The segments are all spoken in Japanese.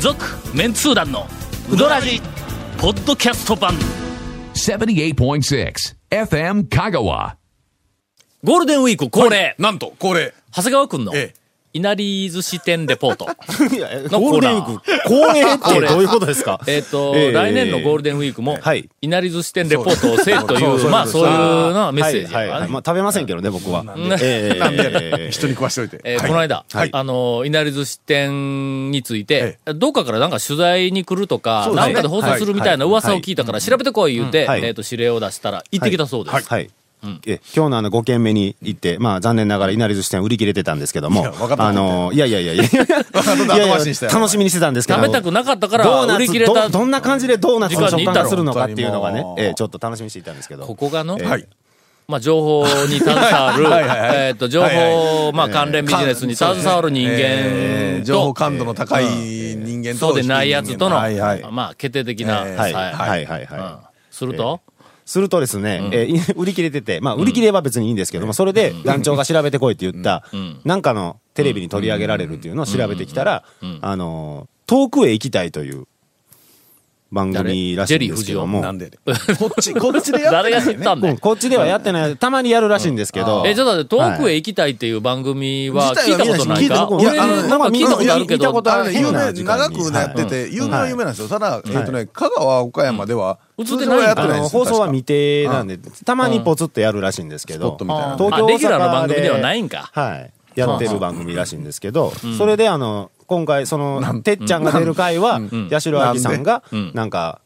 続メンツー団のウドラジポッドキャスト版78.6 FM Kagawa. ゴールデンウィーク恒例、なんと、恒例。長谷川君のええいなり寿司店レポー トいやのコゴーールデナンウーィーク、恒例ってどういうことですか えっと、ええ来年のゴールデンウィークも、はいいなり寿司店レポートをせえといそううそうまあそそうういそううようなメッセージはいはいがはいねまあ食べませんけどね、僕は。んでえ え人に食わしといて。えーこの間、はいあの、いなり寿司店について、どっかからなんか取材に来るとか、そうですなねんかで放送するみたいなはい噂を聞いたから、調べてこい言うて、うんはいえっ、と、指令を出したら、行ってきたそうです。はい。はいえ今日のあの5軒目に行って、まあ残念ながらいなり寿司店売り切れてたんですけども、いやわかったあのいやいやいやい や、いやいった後や回しにしたよ楽しみにしてたんですけど、食べたくなかったかドーら、ナ売ツり切れたど、どんな感じでドーナツの時間に食行っ感たがろするのかっていうのが本、当ねにもうええちょっと楽しみにしていたんですけど、ここがの、はい。まあ、情報に携わる、はいはいはいえっと、情報、はいはまあ、関連ビジネスに携わる人間と、えー情報感度の高い人間と、そうでないやつとの、はいはい。まあ、決定的な、えーはいはいはいはいはい。うんすると、するとですね、えーい売り切れてて、まあ、売り切れは別にいいんですけども、それで団長が調べてこいって言った、なんかのテレビに取り上げられるっていうのを調べてきたら、あのー遠くへ行きたいという番組らしいんですけども な、んでねこっち、こっちでやっ誰てながい知っねたんだうよん。こっちではやってない、たまにやるらしいんですけど、え、ちょっと待って、遠くへ行行きたいっていう番組は自聞い体たはことな聞いいたかこと俺ないいやあのなんか聞いたことあるけど見たこ、とああのる有名変な時間に長くねはやいってて、有名は有名なんですよ。ただ、えっとはね、香川、岡山では、うん通常はやってないんですよ放送は未確定なんで、たまにポツッとやるらしいんですけかスポどッ、トみたいなあの。東京レギュラーの番組ではないんかはい。やってる番組らしいんですけど、それであの、今回、その、てっちゃんが出る回は、八代亜紀さんがん、なんか、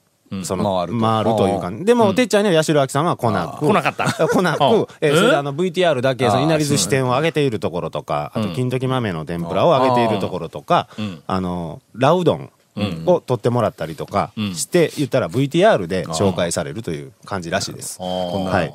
そ回の、ると回るというか、でも、てっちゃんには八代亜紀さんは来なく。来なかった 来なくうん、えーえそれであの、VTR だけ、その、あーいなり寿司店を上げているところとか、あと、金時豆の天ぷらを上げているところとか、あの、ラウドン。を取ってもらったりとかして、言ったら VTR で紹介されるという感じらしいです。はい。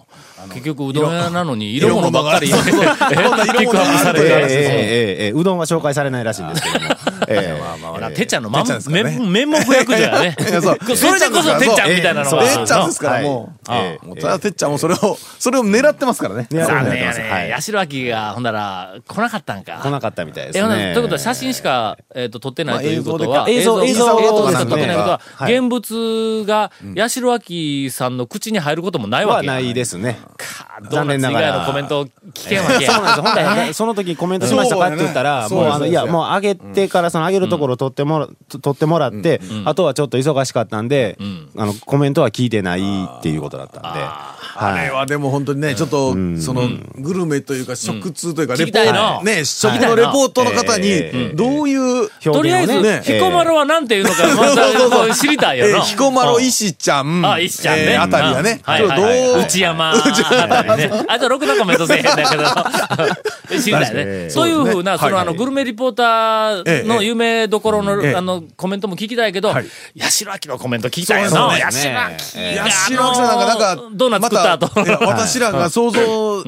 結局うどん屋なのに色物ばっかり、えピックアップさえれてええるらしいえええええうどんは紹介されないらしいんですけども。ええほら、てっちゃんのまんてっちゃんですかね面面目役じゃね。いやそうそれでこそてっちゃんみたいなのそうが。てっちゃんですから、はいもう。ええもうただ、てっちゃんもそれを、それを狙ってますからね。狙って残ます念やはね。い八代亜紀が、ほんなら、来なかったんか。来なかったみたいでえ、すほんならね。ということは写真しか、えっと、撮ってないということは、まあ映像で映か映像像しか映像ですね撮ってないことは、はい現物が、八代亜紀さんの口に入ることもないわはけやないですね。かドー残ナ念ツな以がら外のコメントを聞けんわけや。そうなんですよ。本来、その時コメントしましたかって言ったら、そうもうだねあの、そうですいや、そうですもう上げてから、その上げるところを取ってもら、取ってもらって、あとはちょっと忙しかったんで、あの、コメントは聞いてないっていうことだったんで。あれはでも本当にね、ちょっと、その、グルメというか、食通というか、聞レきポたいなート、ね、聞食きたいなのレポートの方えに、どういう、とりあえず、ね彦摩呂はなんていうのか、まそうそうそたう知りたいえよーな。彦摩呂石ちゃん。あ、石ちゃんね。えーあたりがね。うんはいちょっはいとどうはいはいち内山あたりね。あと、ろくなコメントせえへんだけど。知りたいね。そういうふうな、そそうですねの、あはいはの、いグルメリポーターのええ有名どころええの、あの、コメントも聞きたいけどはい、八代亜紀のコメント聞きたいよそうな。で八すね代亜紀いが。や、白木さんなんか、あなのんか、ドーナツ食った後ま。いや私らが想像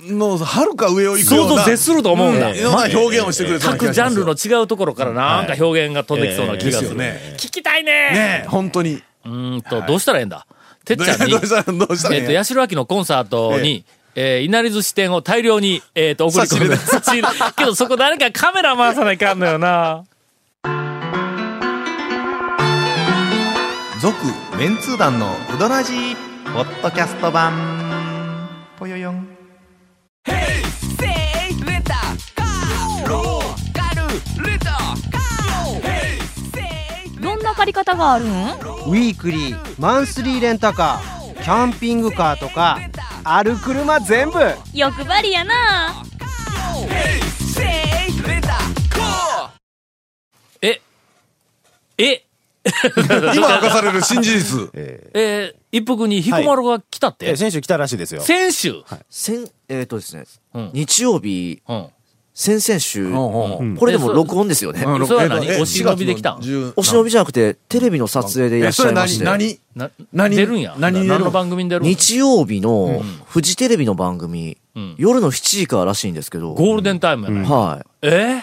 の、はるか上を行くよ想うな。像絶すると思うんだ。いろんな表現をしてくれそうな各気がジしャますンルの違うところからなんか表現が飛んできそうな気がすですよる。ね聞きたいねねえ本当に。うーんと、どうしたらええんだてっどうちゃしんたにら、どうしたらどうしたらえいっいと、八代亜紀のコンサートに、えー、いなり寿司店を大量に、えっ、と、送り込んで、差し入れけどそこ誰かカメラ回さないかんのよな。続、メンツー団のうどらじポッドキャスト版ぽよよんどんな借り方があるんウィークリーマンスリーレンタカーキャンピングカーとかある車全部欲張りやなえ、え、今明かされる新事実。えー一服に彦摩呂が来たって、え、先週来たらしいですよ。先週、先えっ、とですね、ん日曜日うん。先々週、うこれえでもそ録音ですよね、うんそれは何えっとえお忍びで来たん4月の10お忍びじゃなくてテレビの撮影でいらえ、っしそゃれいまし何て何な、何出るんや。何出るな何の番組に出るん日曜日のフジテレビの番組、夜の7時かららしいんですけど、ゴールデンタイムやな、はいえ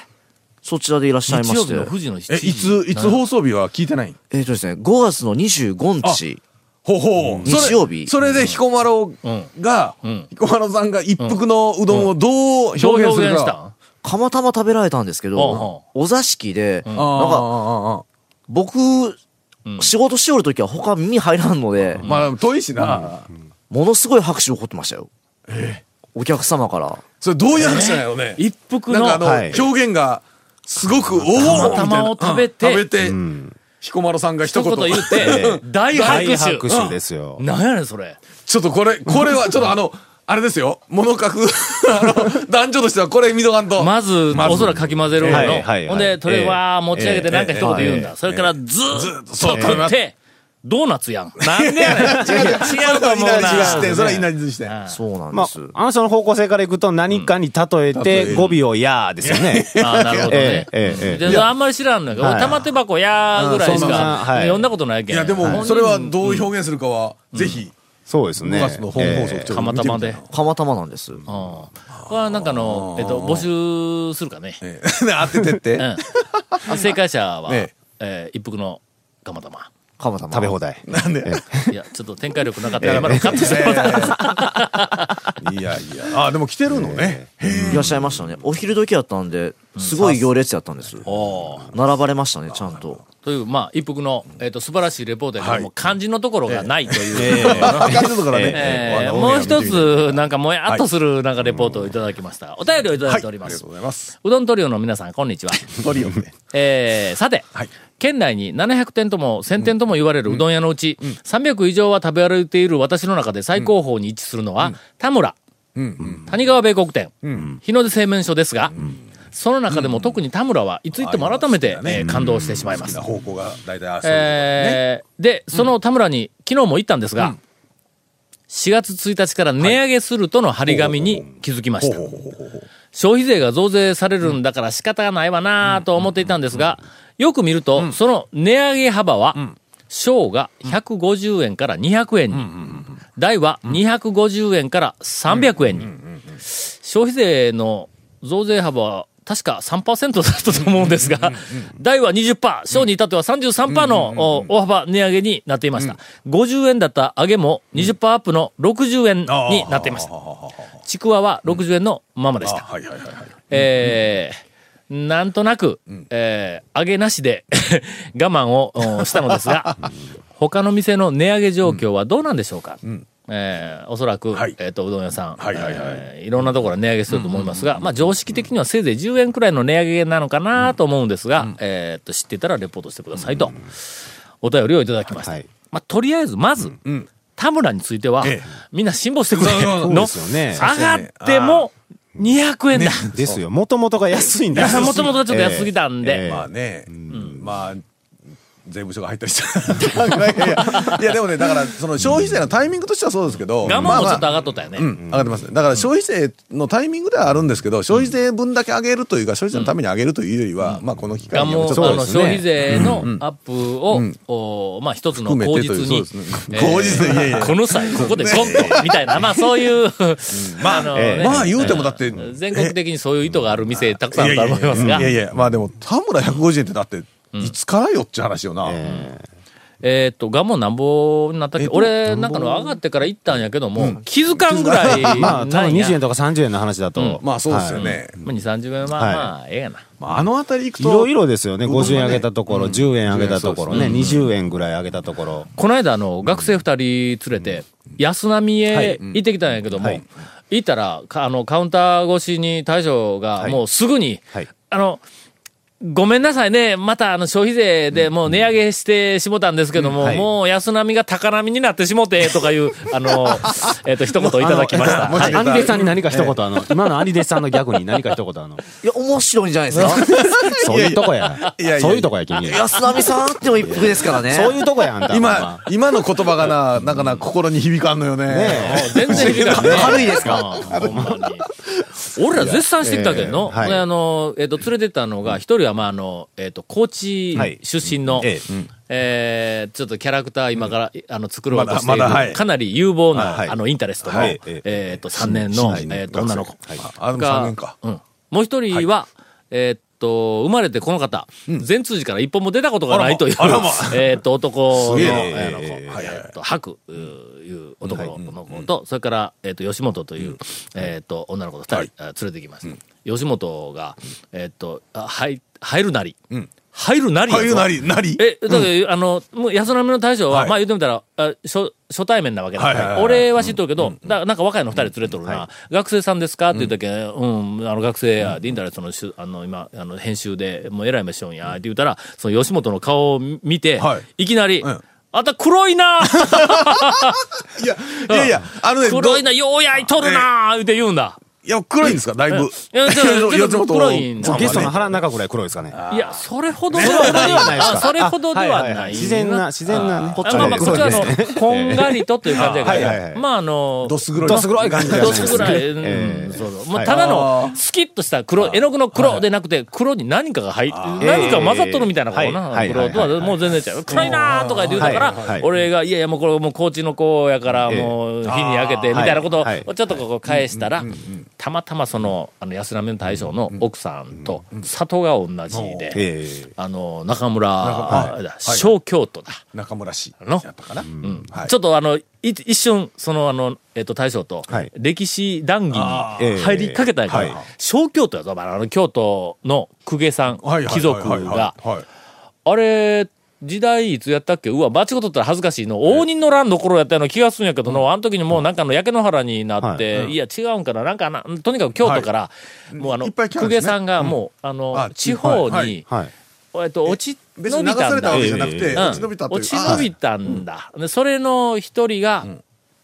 そちらでいらっしゃいーま日曜し日ての富士の7え、時。いつ、いつ放送日は聞いてないえっ、とですね5月の25日ほうほう。それ日曜日それで彦摩呂が、彦摩呂さんが一服のうどんをどう表どう現す表る現しか。た釜玉食べられたんですけど、お座敷で、なんあかあああああ僕、仕事しおるときは他耳入らんので、まあ、遠いしな。ものすごい拍手起こってましたよ。お客様から。それどういう話なんやろね。一服なんのかあの、はい表現が、すごく、おおまたまを食べて食べて、彦摩呂さんが一一言。言言って、大拍大手拍。手ですよ。なんやねん、それ。ちょっとこれ、これは、ちょっとあの、あれですよ。物書く、あの、男女としてはこれ見とかん と。まず、まずおそらくかき混ぜるはいのはいはい。ほんで、トレーは持ち上げてなんか一言言うんえだ。それから、ずーっとそう食って、ドーナツやん。なんでやねん。違うと思う稲荷寿司って、な。それは稲荷寿司店。そうなんまであす。、あの人の方向性からいくと何かに例えて語尾をやーですよね。 ああ、なるほどねええええええ。であんまり知らんのよ。はい俺玉手箱やーぐらいしうんそんなか、はい読んだことないけいん。や、で本も、人それはどう表現するかは、ぜひ、そうですね。 5月の本放送、ええちょったとま見たてみまで。うん。たまたまなんです。これはなんかあの、えっと、募集するかね。え えね当ててって。うん正解者は、ええー一服のたまたま。かまたま。食べ放題。なんでいや、ちょっと展開力なかったから、まだカットしてもらっいやいや。あ、でも来てるのね。いらっしゃいましたね。お昼時やったんで、すごい行列やったんです。おー並ばれましたね、ちゃんと。という、まあ、一服の、えっ、と、素晴らしいレポートやけど、はいもう漢字のところがないという。 赤いとこからね。えあーのもう一。つ、なんかもやっとする、なんかレポートをいただきました。お便りをいただいておりあまりがす。とうございます。うどんトリオの皆さん、こんにちは。トリオで。えーさて、はい県内に700店とも1000店とも言われるうどん屋のうち、300以上は食べ歩いている私の中で最高峰に位置するのは、田村、谷川米国店、日の出製麺所ですが、その中でも特に田村はいつ行っても改めて、うんえー感動してしまいま好きすな。方向が大体あそういうえーで、その田村に昨日も行ったんですが、4月1日から値上げするとの張り紙に気づきました。消費税が増税されるんだから仕方がないわなぁと思っていたんですが、よく見ると、その値上げ幅は、小が150円から200円に、大は250円から300円に。消費税の増税幅は確か3%だったと思うんですが、大は20%、小に至っては33%のお大幅値上げになっていました。50円だった上げも20%アップの60円になっていました。ちくわは60円のままでしあた。はいはいはいはい。えーなんとなく、えー揚げなしで 我慢をうんしたのですが、他の店の値上げ状況はどうなんでしょうか、えーおそらく、はいえっ、と、うどん屋さん、はいはいはいえーいろんなところ値上げすると思いますが、まあ、常識的にはせいぜい10円くらいの値上げなのかなと思うんですが、えーっと、知ってたらレポートしてくださいと、お便りをいただきました。はいまあ、とりあえず、まず、田村については、ええみんな辛抱してくれそうそうそうの、そうですよね上がっても200円だ。ですよ。もともとが安いんいですや、 よ。もともとちょっと安すぎたんで。ええまあね、まあ、税務署が入ったりした。 いやいやいやいや、でもね、だから、その消費税のタイミングとしてはそうですけど。我慢もちょっと上がっとったよね。うん、上がってますね。だから消費税のタイミングではあるんですけど、消費税分だけ上げるというか、消費税のために上げるというよりは、まあこの期が間にもう、ちょっあとの、です消費ね、税のアップを、おまあ、一つの含め口てと実いうに、そうですねえー口実いやいやこの際、ここでゴンと、みたい な、まあ、そういう、まあ、のねまあ言うてもだって、全国的にそういう意図がある店、たくさんあると思いますいがや、いや、まあでも、田村150円ってだって、いつからよっちゅう話よな。えーっと、ガモなんぼになったっけ俺、なんかの上がってから行ったんやけども、気づかんぐらいな いんや、まあ、多分20円まとか30円の話だと。まあそうですよね。あ、2、30円は、はいまあ、ええやな。まああのあたり行くいと。ろいろですよね。うどんはね50円上げたところ、10円上げたところね、うん20円ぐらい上げたところ。この間、あの、学生二人連れて、安波へ行ってきたんやけども、はい行ったら、かあの、カウンター越しに大将が、いもうすぐに、はいあの、ごめんなさいね。また、あの、消費税でもう値上げしてしもたんですけども、はいもう安波が高波になってしもて、とかいう、あ の、えっ、と、一言いただきました。もうはいはい、アニデスさんに何か一言あの、今のアニデスさんのギャグに何か一言あ の、いや、面白いんじゃないですか。そういうとこやいやいや。そういうとこや、君。安波さんあっても一服ですからね。そういうとこや、あんた。今、今の言葉がな、なんかな、心に響かんのよね。もう全然響かんね軽いですかうんほんまに俺ら絶賛してきたけどの、ええはいであの、えっ、と、連れてったのが、一人は、まあ、あの、えっ、と、高知はい出身の、えええーちょっとキャラクター今から、あの、作ろうとしている、まだまだはいかなり有望な、はいあの、インタレストの、はいえっ、と、3年の、え新人っ、と、女の子学生はいあでも三年かうんもう一人は、えっと、生まれてこの方、全通寺から一本も出たことがないという、あらま えっと、男の、すげえねえーあの子はいはいはいえっと、白ういう男の子と、それから、えっと、吉本という、えっと、女の子と二人、あ連れてきました。吉本が、えっと、あはい入るなり、入るなりやぞ俳優なり、なり。え、だから、あの、もう安波の大将は、はいまあ言ってみたら、あ初初対面なわけだから、はいはいはいはい俺は知っとるけど、だなんか若いの二人連れとるな、学生さんですかって言ったけ、うん、あの学生や、でいいんだら、その、しゅあの、今、あの、編集で、もう偉い目しようんや、って言ったら、その吉本の顔を見て、、はいきなり、うんあんた黒いないや、いやいや、あのね、ど黒いなよう焼いとるなって言うんだ。いや、黒いんですか、だいぶ。いやちょっと ちょっと黒いんだ吉本さはねゲストの腹の中ぐらい黒いですかね。いや、それほどではない。あそれほどでははいはいな。はいい自然な、自然なね。ぽっあちまゃありまあ、こ黒っいちはあでのすね、こんがりとという感じやけはいはいはいど、まああの、どす黒い。どす黒い感じじゃないどですすかぐらい、うんええそうそう。もはういただの、スキッとした黒、絵の具の黒でなくて、黒に何かが入って、何か混ざっとるみたいなことな、はい黒とははいはいもう全然違う。暗いなーとか言って言うたかはいはいはらい、俺が、いやいや、もうこれもう高知の子やから、ええもう日に焼けて、みたいなことはいはをちょっとこう返したら、たまたまその、あの、安波の大将の奥さんと、里が同じで、ええあの、中村はいだ、小京都だ。中村氏。のやったかな。はいちょっとあの、い一瞬、そのあの、えっと、大将とはい、歴史談義に入りかけたんやかええはら、小京都やぞ、まああの、京都の公家さんはいはいはい、はい貴族が、はい。あれ、時代いつやったっけうわ、間違っとったら恥ずかしいの。応仁の乱の頃やったような気がするんやけどの、あの時にもうなんかあの焼け野原になって、いや違うんかな、なんかな、とにかく京都から、もうあの、いっぱい来た公んで家すねさんがもう、ああの、地方はにい、はい。えっと、落ち延び別にた流さんれただわ。けじゃなくて、うん落ち延びたという落ち延びたんだ。でそれの一人が、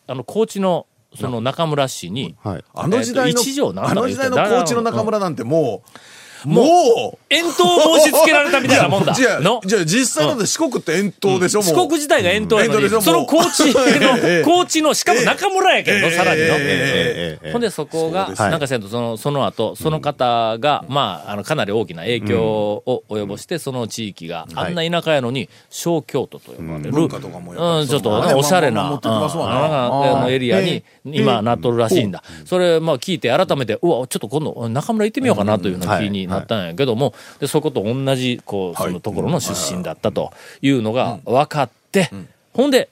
あの、高知の、その中村氏に、はい。あの時代のえっと一条なん、だあの時代の言って高知の中村なんてもう、もう、 遠投を申し付けられたみたいなもんだ。 じゃのあ、じゃあ実際ので四国って遠投でしょ、もう四国自体が遠投やの遠に、投でしょそのもう高知 ええの、高知の、しかも中村やけど、ええさらにの。ええええええほんでそこが、そうですねなんかせんとその、その後、その方が、まあ、あの、かなり大きな影響を及ぼして、その地域が、あんな田舎やのに、小京都と呼ばれる。文化とかもやぱうりん、そちょうっとだねねおしゃれな、まうんあまあ持ってきますわなあのエリアに今なっとるらしいんだ。それ、まあ聞いて改めて、うわ、ちょっと今度中村行ってみようかなというような気になったんやけども、で、そこと同じ、こう、そのところの出身だったというのが分かって、ほんで、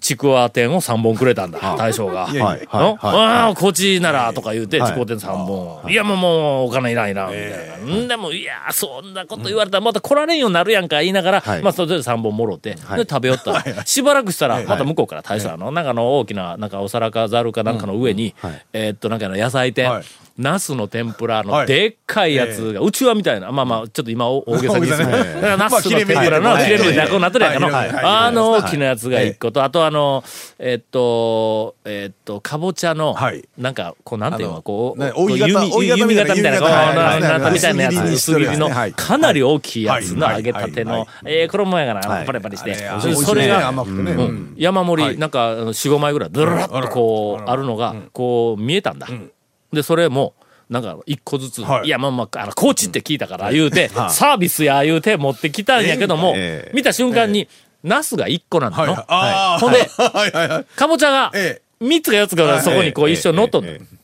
ちくわ店を3本くれたんだ、大将が。はい。はい。のはいああ、こっちならとか言うて、はい自己点3本。いや、もう、もう、お金いらんいらん、みたいな。んでも、いや、そんなこと言われたら、また来られんようになるやんか、言いながらは、いまあ、それぞれ3本もろて、で、食べよったら、しばらくしたら、また向こうから大将、あの、なんかあの、大きな、なんかお皿かざるかなんかの上にはい、えーっと、なんかの野菜店はい、ナスの天ぷらのはいでっかいやつが、うちわみたいな、まあまあ、ちょっと今、お大げさに言い過ぎ大たげださ にからナスの天ぷらのまあ切切れれ目で目でなくなってるやんかの、はいはいはいあの大きなやつが一個と、あとあの、えっと、えっと、かぼちゃの、はいなんか、こう、なんていうのあのこう、ねこう扇形弓弓扇形弓みたいな形みたいな、こう、弓形なはいはいななみたいなやつ、はい薄切りのはい、かなり大きいやつのはい揚げたてはいのは、ええ、衣やがはな、いパリパリして、あそれ美味しいそれねが、甘くてね。うん山盛はり、いなんか、あの4、5枚ぐらい、ドラッとこう、あるのが、こう、見えたんだ。で、それも、なんか、一個ずつ、はいいや、まあまあ、あの、コーチって聞いたから言うて、サービスや言うて持ってきたんやけどもえ、え見た瞬間に、ナスが一個なんだはいのはい。。ああ、ほんではいはいはい。かぼちゃが、え3つか4つかがそこにこうええ一緒に乗っとんのえええ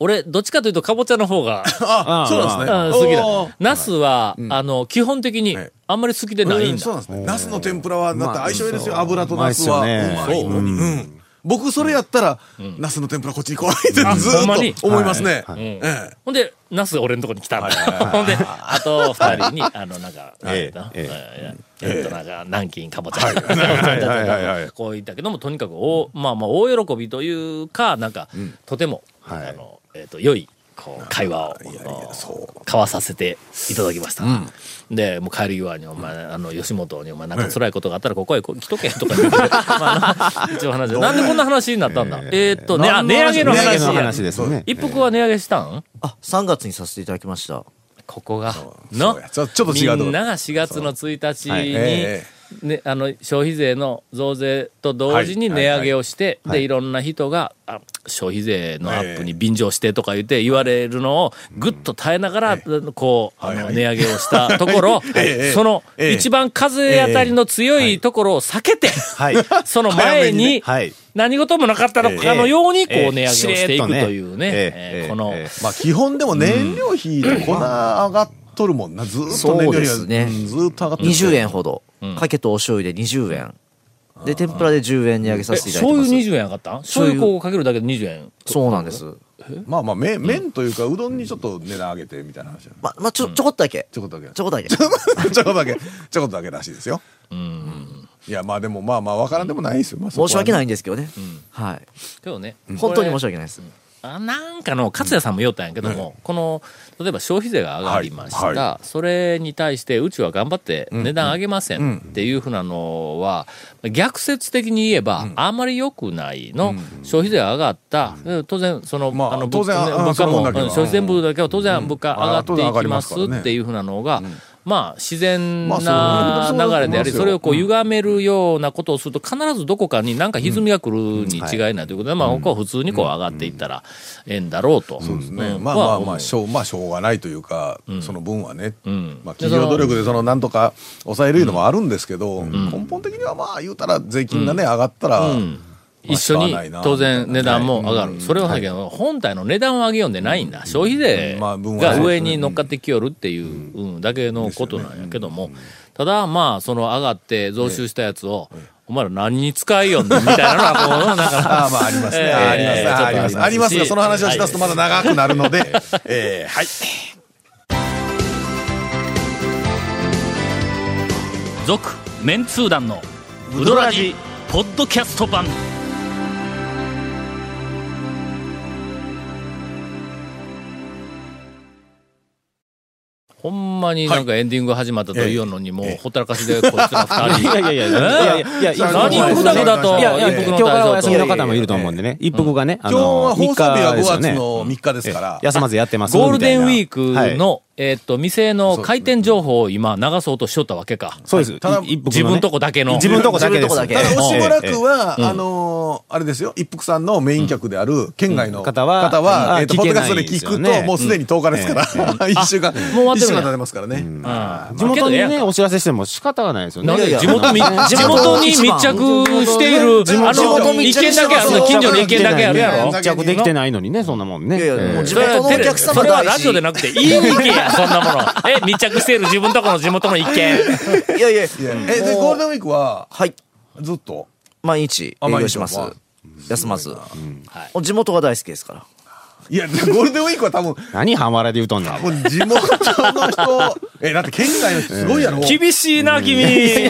俺、どっちかというとかぼちゃの方が、ああーそうなんですね。うん好きおーだ。ナスは、あの、基本的にええあんまり好きでないうんんそうだ。なんですね。ナスの天ぷらは、だって相性いいですよ。まあ油とナスは。ううまいっすよねまいのに。うん。僕、それやったら、ナスの天ぷらこっちに来いってあずほんまにっと思いますね。はいええほんで、ナスが俺のとこに来たんだ。 ほんで、あと二人に、あの、なんか、ええなんだええええっと、なんか、 南京かぼちゃ。はいはいはいこう言ったけども、とにかく、お、まあまあ、大喜びというか、なんか、とても、はいあの、えっと、良い、こう、会話を、そう。買わさせていただきました。で、もう帰る際に、お前、あの、吉本に、お前、なんか辛いことがあったら、ここへ来とけとか言って、まあ、あの一応話で、なんでこんな話になったんだえーっと、ね、あ、値上げの値上げ話のや。話ですね。一服は値上げしたんあ、3月にさせていただきました。ここが、のそうやちょちょっと違うとこみんなが4月の1日はいに、えね、あの消費税の増税と同時に値上げをして、いでいろんな人があ消費税のアップに便乗してとか言って言われるのをぐっと耐えながら、こう、あの値上げをしたところ、 ええその、ええ一番風当たりの強いところを避けて、はい。 その前に、はい。何事もなかったのかのようにこう値上げをしていくとええいうね、ええええこの、ええまあ、基本でも燃料費と粉上がっとるもんな。ずーっと燃料費がそうですねうんずーっと上がってる20円ほど。かけとお醤油で20円。で、天ぷらで10円値上げさえせていただい醤てま油す。 20円上がった醤油こうかけるだけで20円。そうなんです。まあまあ麺麺というかうどんにちょっと値段上げてみたいな話だねま、ま、ちょ、ちょこっとだけ。ちょこっとだけちょこっとだけ。ちょこっとだけ ちょこっとだけらしいですよいやまあでもまあまあわからんでもないですよ、まあ、申し訳ないいんですけどね。はい。けどね。本当に申し訳訳ないです。あなんかの勝也さんも言おったんやけども、この例えば消費税が上がりました、はいはそれに対してうちは頑張って値段上げませんっていうふうなのは逆説的に言えばあんまり良くないの、消費税が上がった、当然その,、まあの当然物あ物価そのも、分だけはうん消費税分だけは当然物価上がっていうんあ当然上がきりまますすからねっていうふうなのが。まあ、自然まあなそう流れであり、そうそれをこううん歪めるようなことをすると、必ずどこかになんか歪みが来るに違いないということで、まあ、僕は普通にこう上がっていったらええんだろうと。そうですね、んまあまあはまあしょうまあしょうがないというか、その分はね、んまあ、企業努力でそのなんとか抑えるいうのもあるんですけど、根本的にはまあ言うたら税金がね、上がったら、んまあ一緒しにゃあないな当然値段も上がうる。んそれはだけど、本体の値段を上げようんでないんだ。消費税まあ分はがね上に乗っかってきよるっていう、うん、だけのことなんやけども、ただまあ、その上がって増収したやつを、お前ら何に使いよんねんみたいなのは、こう、なん か、ああまあありますね、えーありちますょっとありますあありりまましすすがその話をしだすとまだ長くなるので、えーはい続、メンツー団の、ウドラジ、ポッドキャスト版。ほんまになんかエンディング始まったというのに、もうほったらかしでこいつら二 い人や。いやいやいやいやいや いや、何をぐだぐだといやいや一服の大将今日とからお休みの方もいると思うんでね、一服がね、あ今日はの放送日は3ですよ5ね月の3日ですから、休まずやってますゴールデンウィーはいクの、えーっと、店の開店情報を今流そうとしとったわけか。そうです。ただい一服のね自分とこだけの。自分とこだけです。自分とこだたけだおしばらくええは、あのーあれですよ一服さんのメイン客である県外の方は方は、あえーと聞ポッけドキャストないでです聞よくねともうすでに10日ですから、1 週間もう終わってるんや1週間経てますからね、あー地元にね、まあお知らせしても仕方がないですよなんね。でいや地元 み、地地元元に密着している、地元あ地の、元密一着軒だけあるそうの、そう近所の一軒だけあるやろ。密着できてないのにね、そんなもんね。いやいやええもう地それ元のはおテレビ客そ様れは大ラジオで事。なくて、いい意見や、そんなもの。え、密着している自分とこの地元の一 軒。いやいや、いやえでゴールデンウィークははい。ずっと毎日営あ毎日業しますわ。休まず。はいもう地元が大好きですから。いやゴールデンウィークは多分何半笑いで言うとんねん。もう地元の人えだって県外の人すごいやろ、厳しいな、君。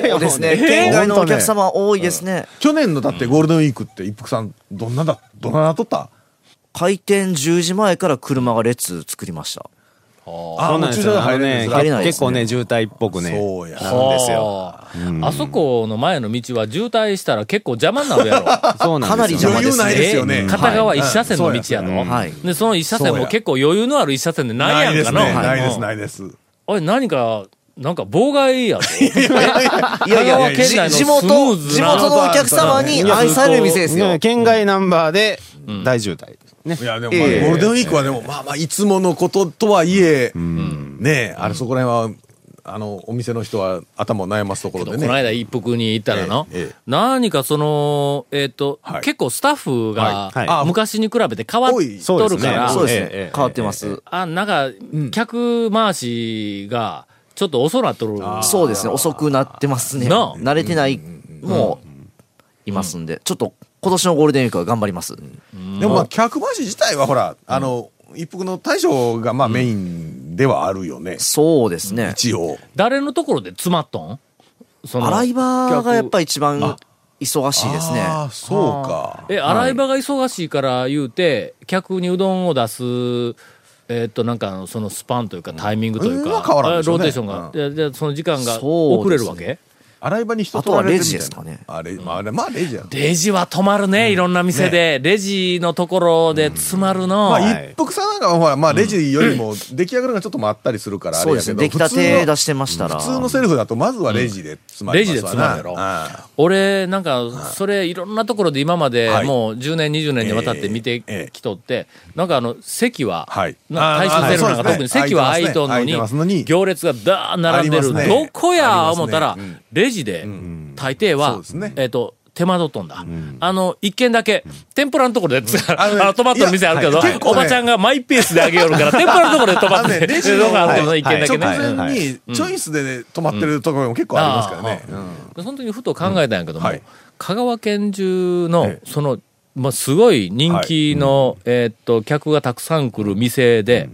そうですね。え県外のほんおとね客様多いですね。去年のだってゴールデンウィークって一服さんどんなだどんななとった開店10時前から車が列作りました。あそうなんですよ。もう駐車場入れないんあでのす入れないです結構ね、渋滞っぽくね。そうやなんですよ。あーあそこの前の道は渋滞したら結構邪魔になるやろ。そうなんですよ。かなり邪魔余裕 ないですよね、え片側一車線の道やろ、んはいでその一車線そうもや結構余裕のある一車線でなないいやんでかすのねないですうんないですおい何かなんか妨害やぞ 香いやい川や、県内の地スム元、ーズ地な元のお客様に愛される店ですよね。県外ナンバーで大渋滞。ねい。やでも、まあゴールデンウィークはでも、まあまあいつものこととはいえ、ねえあれそこら辺はあのお店の人は頭を悩ますところでこのね間一服に行ったらの、ええええ何かその、えっ、と、はい結構スタッフが、はいはいあ昔に比べて変わっ多いとるから、そうですええええね。変わってます。あ、なんか、客回しが、ちょっと遅なっとる。そうですね。遅くなってますね。なあ慣れてない、もう、いますんで。ちょっと、今年のゴールデンウィークは頑張ります。でもまあ客橋自体はほらあの、一服の大将がまあメインではあるよね、そうですね。一応誰のところで詰まっとんその洗い場がやっぱ一番忙しいですね。ああそうかえ、洗い場が忙しいから言うて、客にうどんを出す、えーっと、なんかあの、そのスパンというか、タイミングといううんか、は変わらんでしょロうーテねーションが、うででその時間がそう遅でれるすねわけ洗い場に人あと取らはれてレるみジたいなですかねあれまああれまあレジやんレジは止まるね、いろんな店で。レジのところで詰まるの。まあ、はい一服さんなんかはほら、まあ、レジよりも出来上がるのがちょっと待ったりするからあれそうやでけすどね。出来たて出してましたら。普通の普通のセルフだとまずはレジで詰まりますわなレジで詰ああ俺、なんか、それ、いろんなところで今までは、いもう10年、20年にわたって見てええええきとって、なんかあの、席は、はいなあ大ー衆セルなんあーそかうですね特に席は空いとんの空いてますのに、に行列がだー並んでる。ありますねどこやありますね思ったらうん、レジで、大抵そはうですね、えっと、手間取っとんだ。あの、一軒だけ、天ぷらのところで、ああのねの、止まっとる店あるけどいやはい結、構おねばちゃんがマイペースであげよるから、天ぷらのところで止まっあのてねるレジののがあるけどな、一軒だけね。直前にチョイスで止まってるところも結構ありますからね。うんその時にふと考えたんやけども、はい香川県中の、その、まあ、すごい人気の、えーっと、客がたくさん来る店で、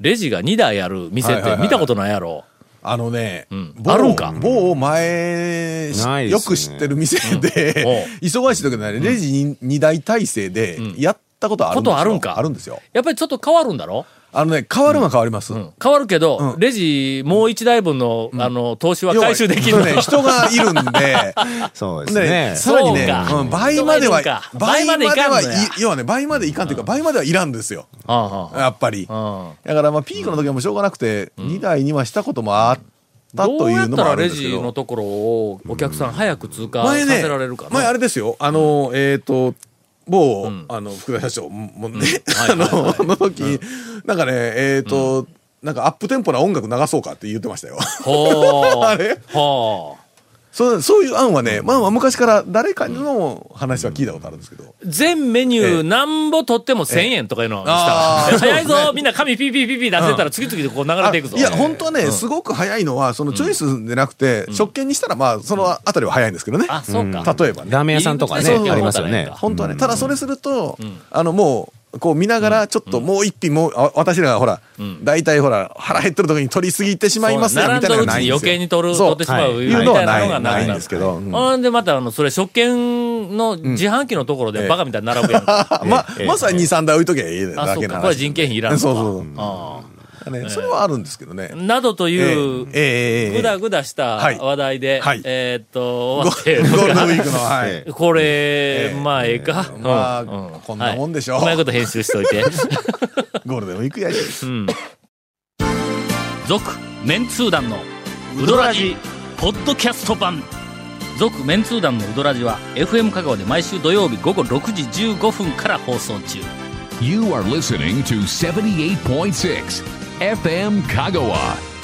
レジが2台ある店っはいはいてはい見たことないやろ。あのね、ん某あるんか某前、ないですねよく知ってる店で、 忙しい時なね、レジに二台体制で、やったことあるんですこよ。とあるんかあるんですよ。やっぱりちょっと変わるんだろあのね、変わるのは変わります。変わるけど、うんレジもう1台分の、あの、投資は回収できる要の。はね、 人がいるんで、そう ですねね、さらにねそうか、うん倍まで人がいるはんか、倍ま倍でまでいかんのはや、要はね、倍までいかんというか、倍まではいらんですよ。ああああやっぱうり。んだから、まあ、ピークの時はもうしょうがなくて、2台にはしたこともあったどとういやうっのたもあらるレんですけジどの。ところをお客さん早く通過さ前ねせられるか、な前あれですよ、あの、えっと、某、あの、福田社長も ね、あの、の時、なんかね、えっと、なんかアップテンポな音楽流そうかって言ってまし たよ。ほう あれほうそうそういう案はね、まあまあ昔から誰かの話は聞いたことあるんですけど。全メニュええーなんぼ取っても1000円とかいうのをしたああ早いそうですぞねみんな紙ピーピーピーピー出してたら次々とこう流れていくぞあいや、本当はね、すごく早いのは、そのチョイスでなくて、食券にしたら、まあ、そのあたりは早いんですけどね。あそうか例えばね。ラーメン屋さんとかね入り口でそうそうありますよねそう本当はね、ただそれすると、あの、もう、こう見ながら、ちょっともう一品、もう、あ私らがほら、大体ほら、腹減ってる時に取りすぎてしまいますよ、みたいな並のんどるうがちないんですによ。余計に取るそう取ってしまうみいたういのはななのいがなくないんなでるすけど。うんほんでまたあのそれ食券の自販機のところでバカみたいに並ぶやん か、あ ままさに2、3台置いときゃいいあだそけうなか話これ人件費いらんのかそうそうそうあねそれはあるんですけどねあ。などとえいう、えええええぐだぐだしたはい話題で、はいえーっと、終ゴわってーるがルデンウィーク の、はい。これ、まあ、ええか。まあうんうこんなもんでしょうはいうまいこと編集しといて。ゴールデンウィークやし。続、メンツー団の、ウドラジ、ポッドキャスト版。続、メンツー団のウドラジは、FM 香川で毎週土曜日午後6時15分から放送中。 You are listening to 78.6 FM Kagawa.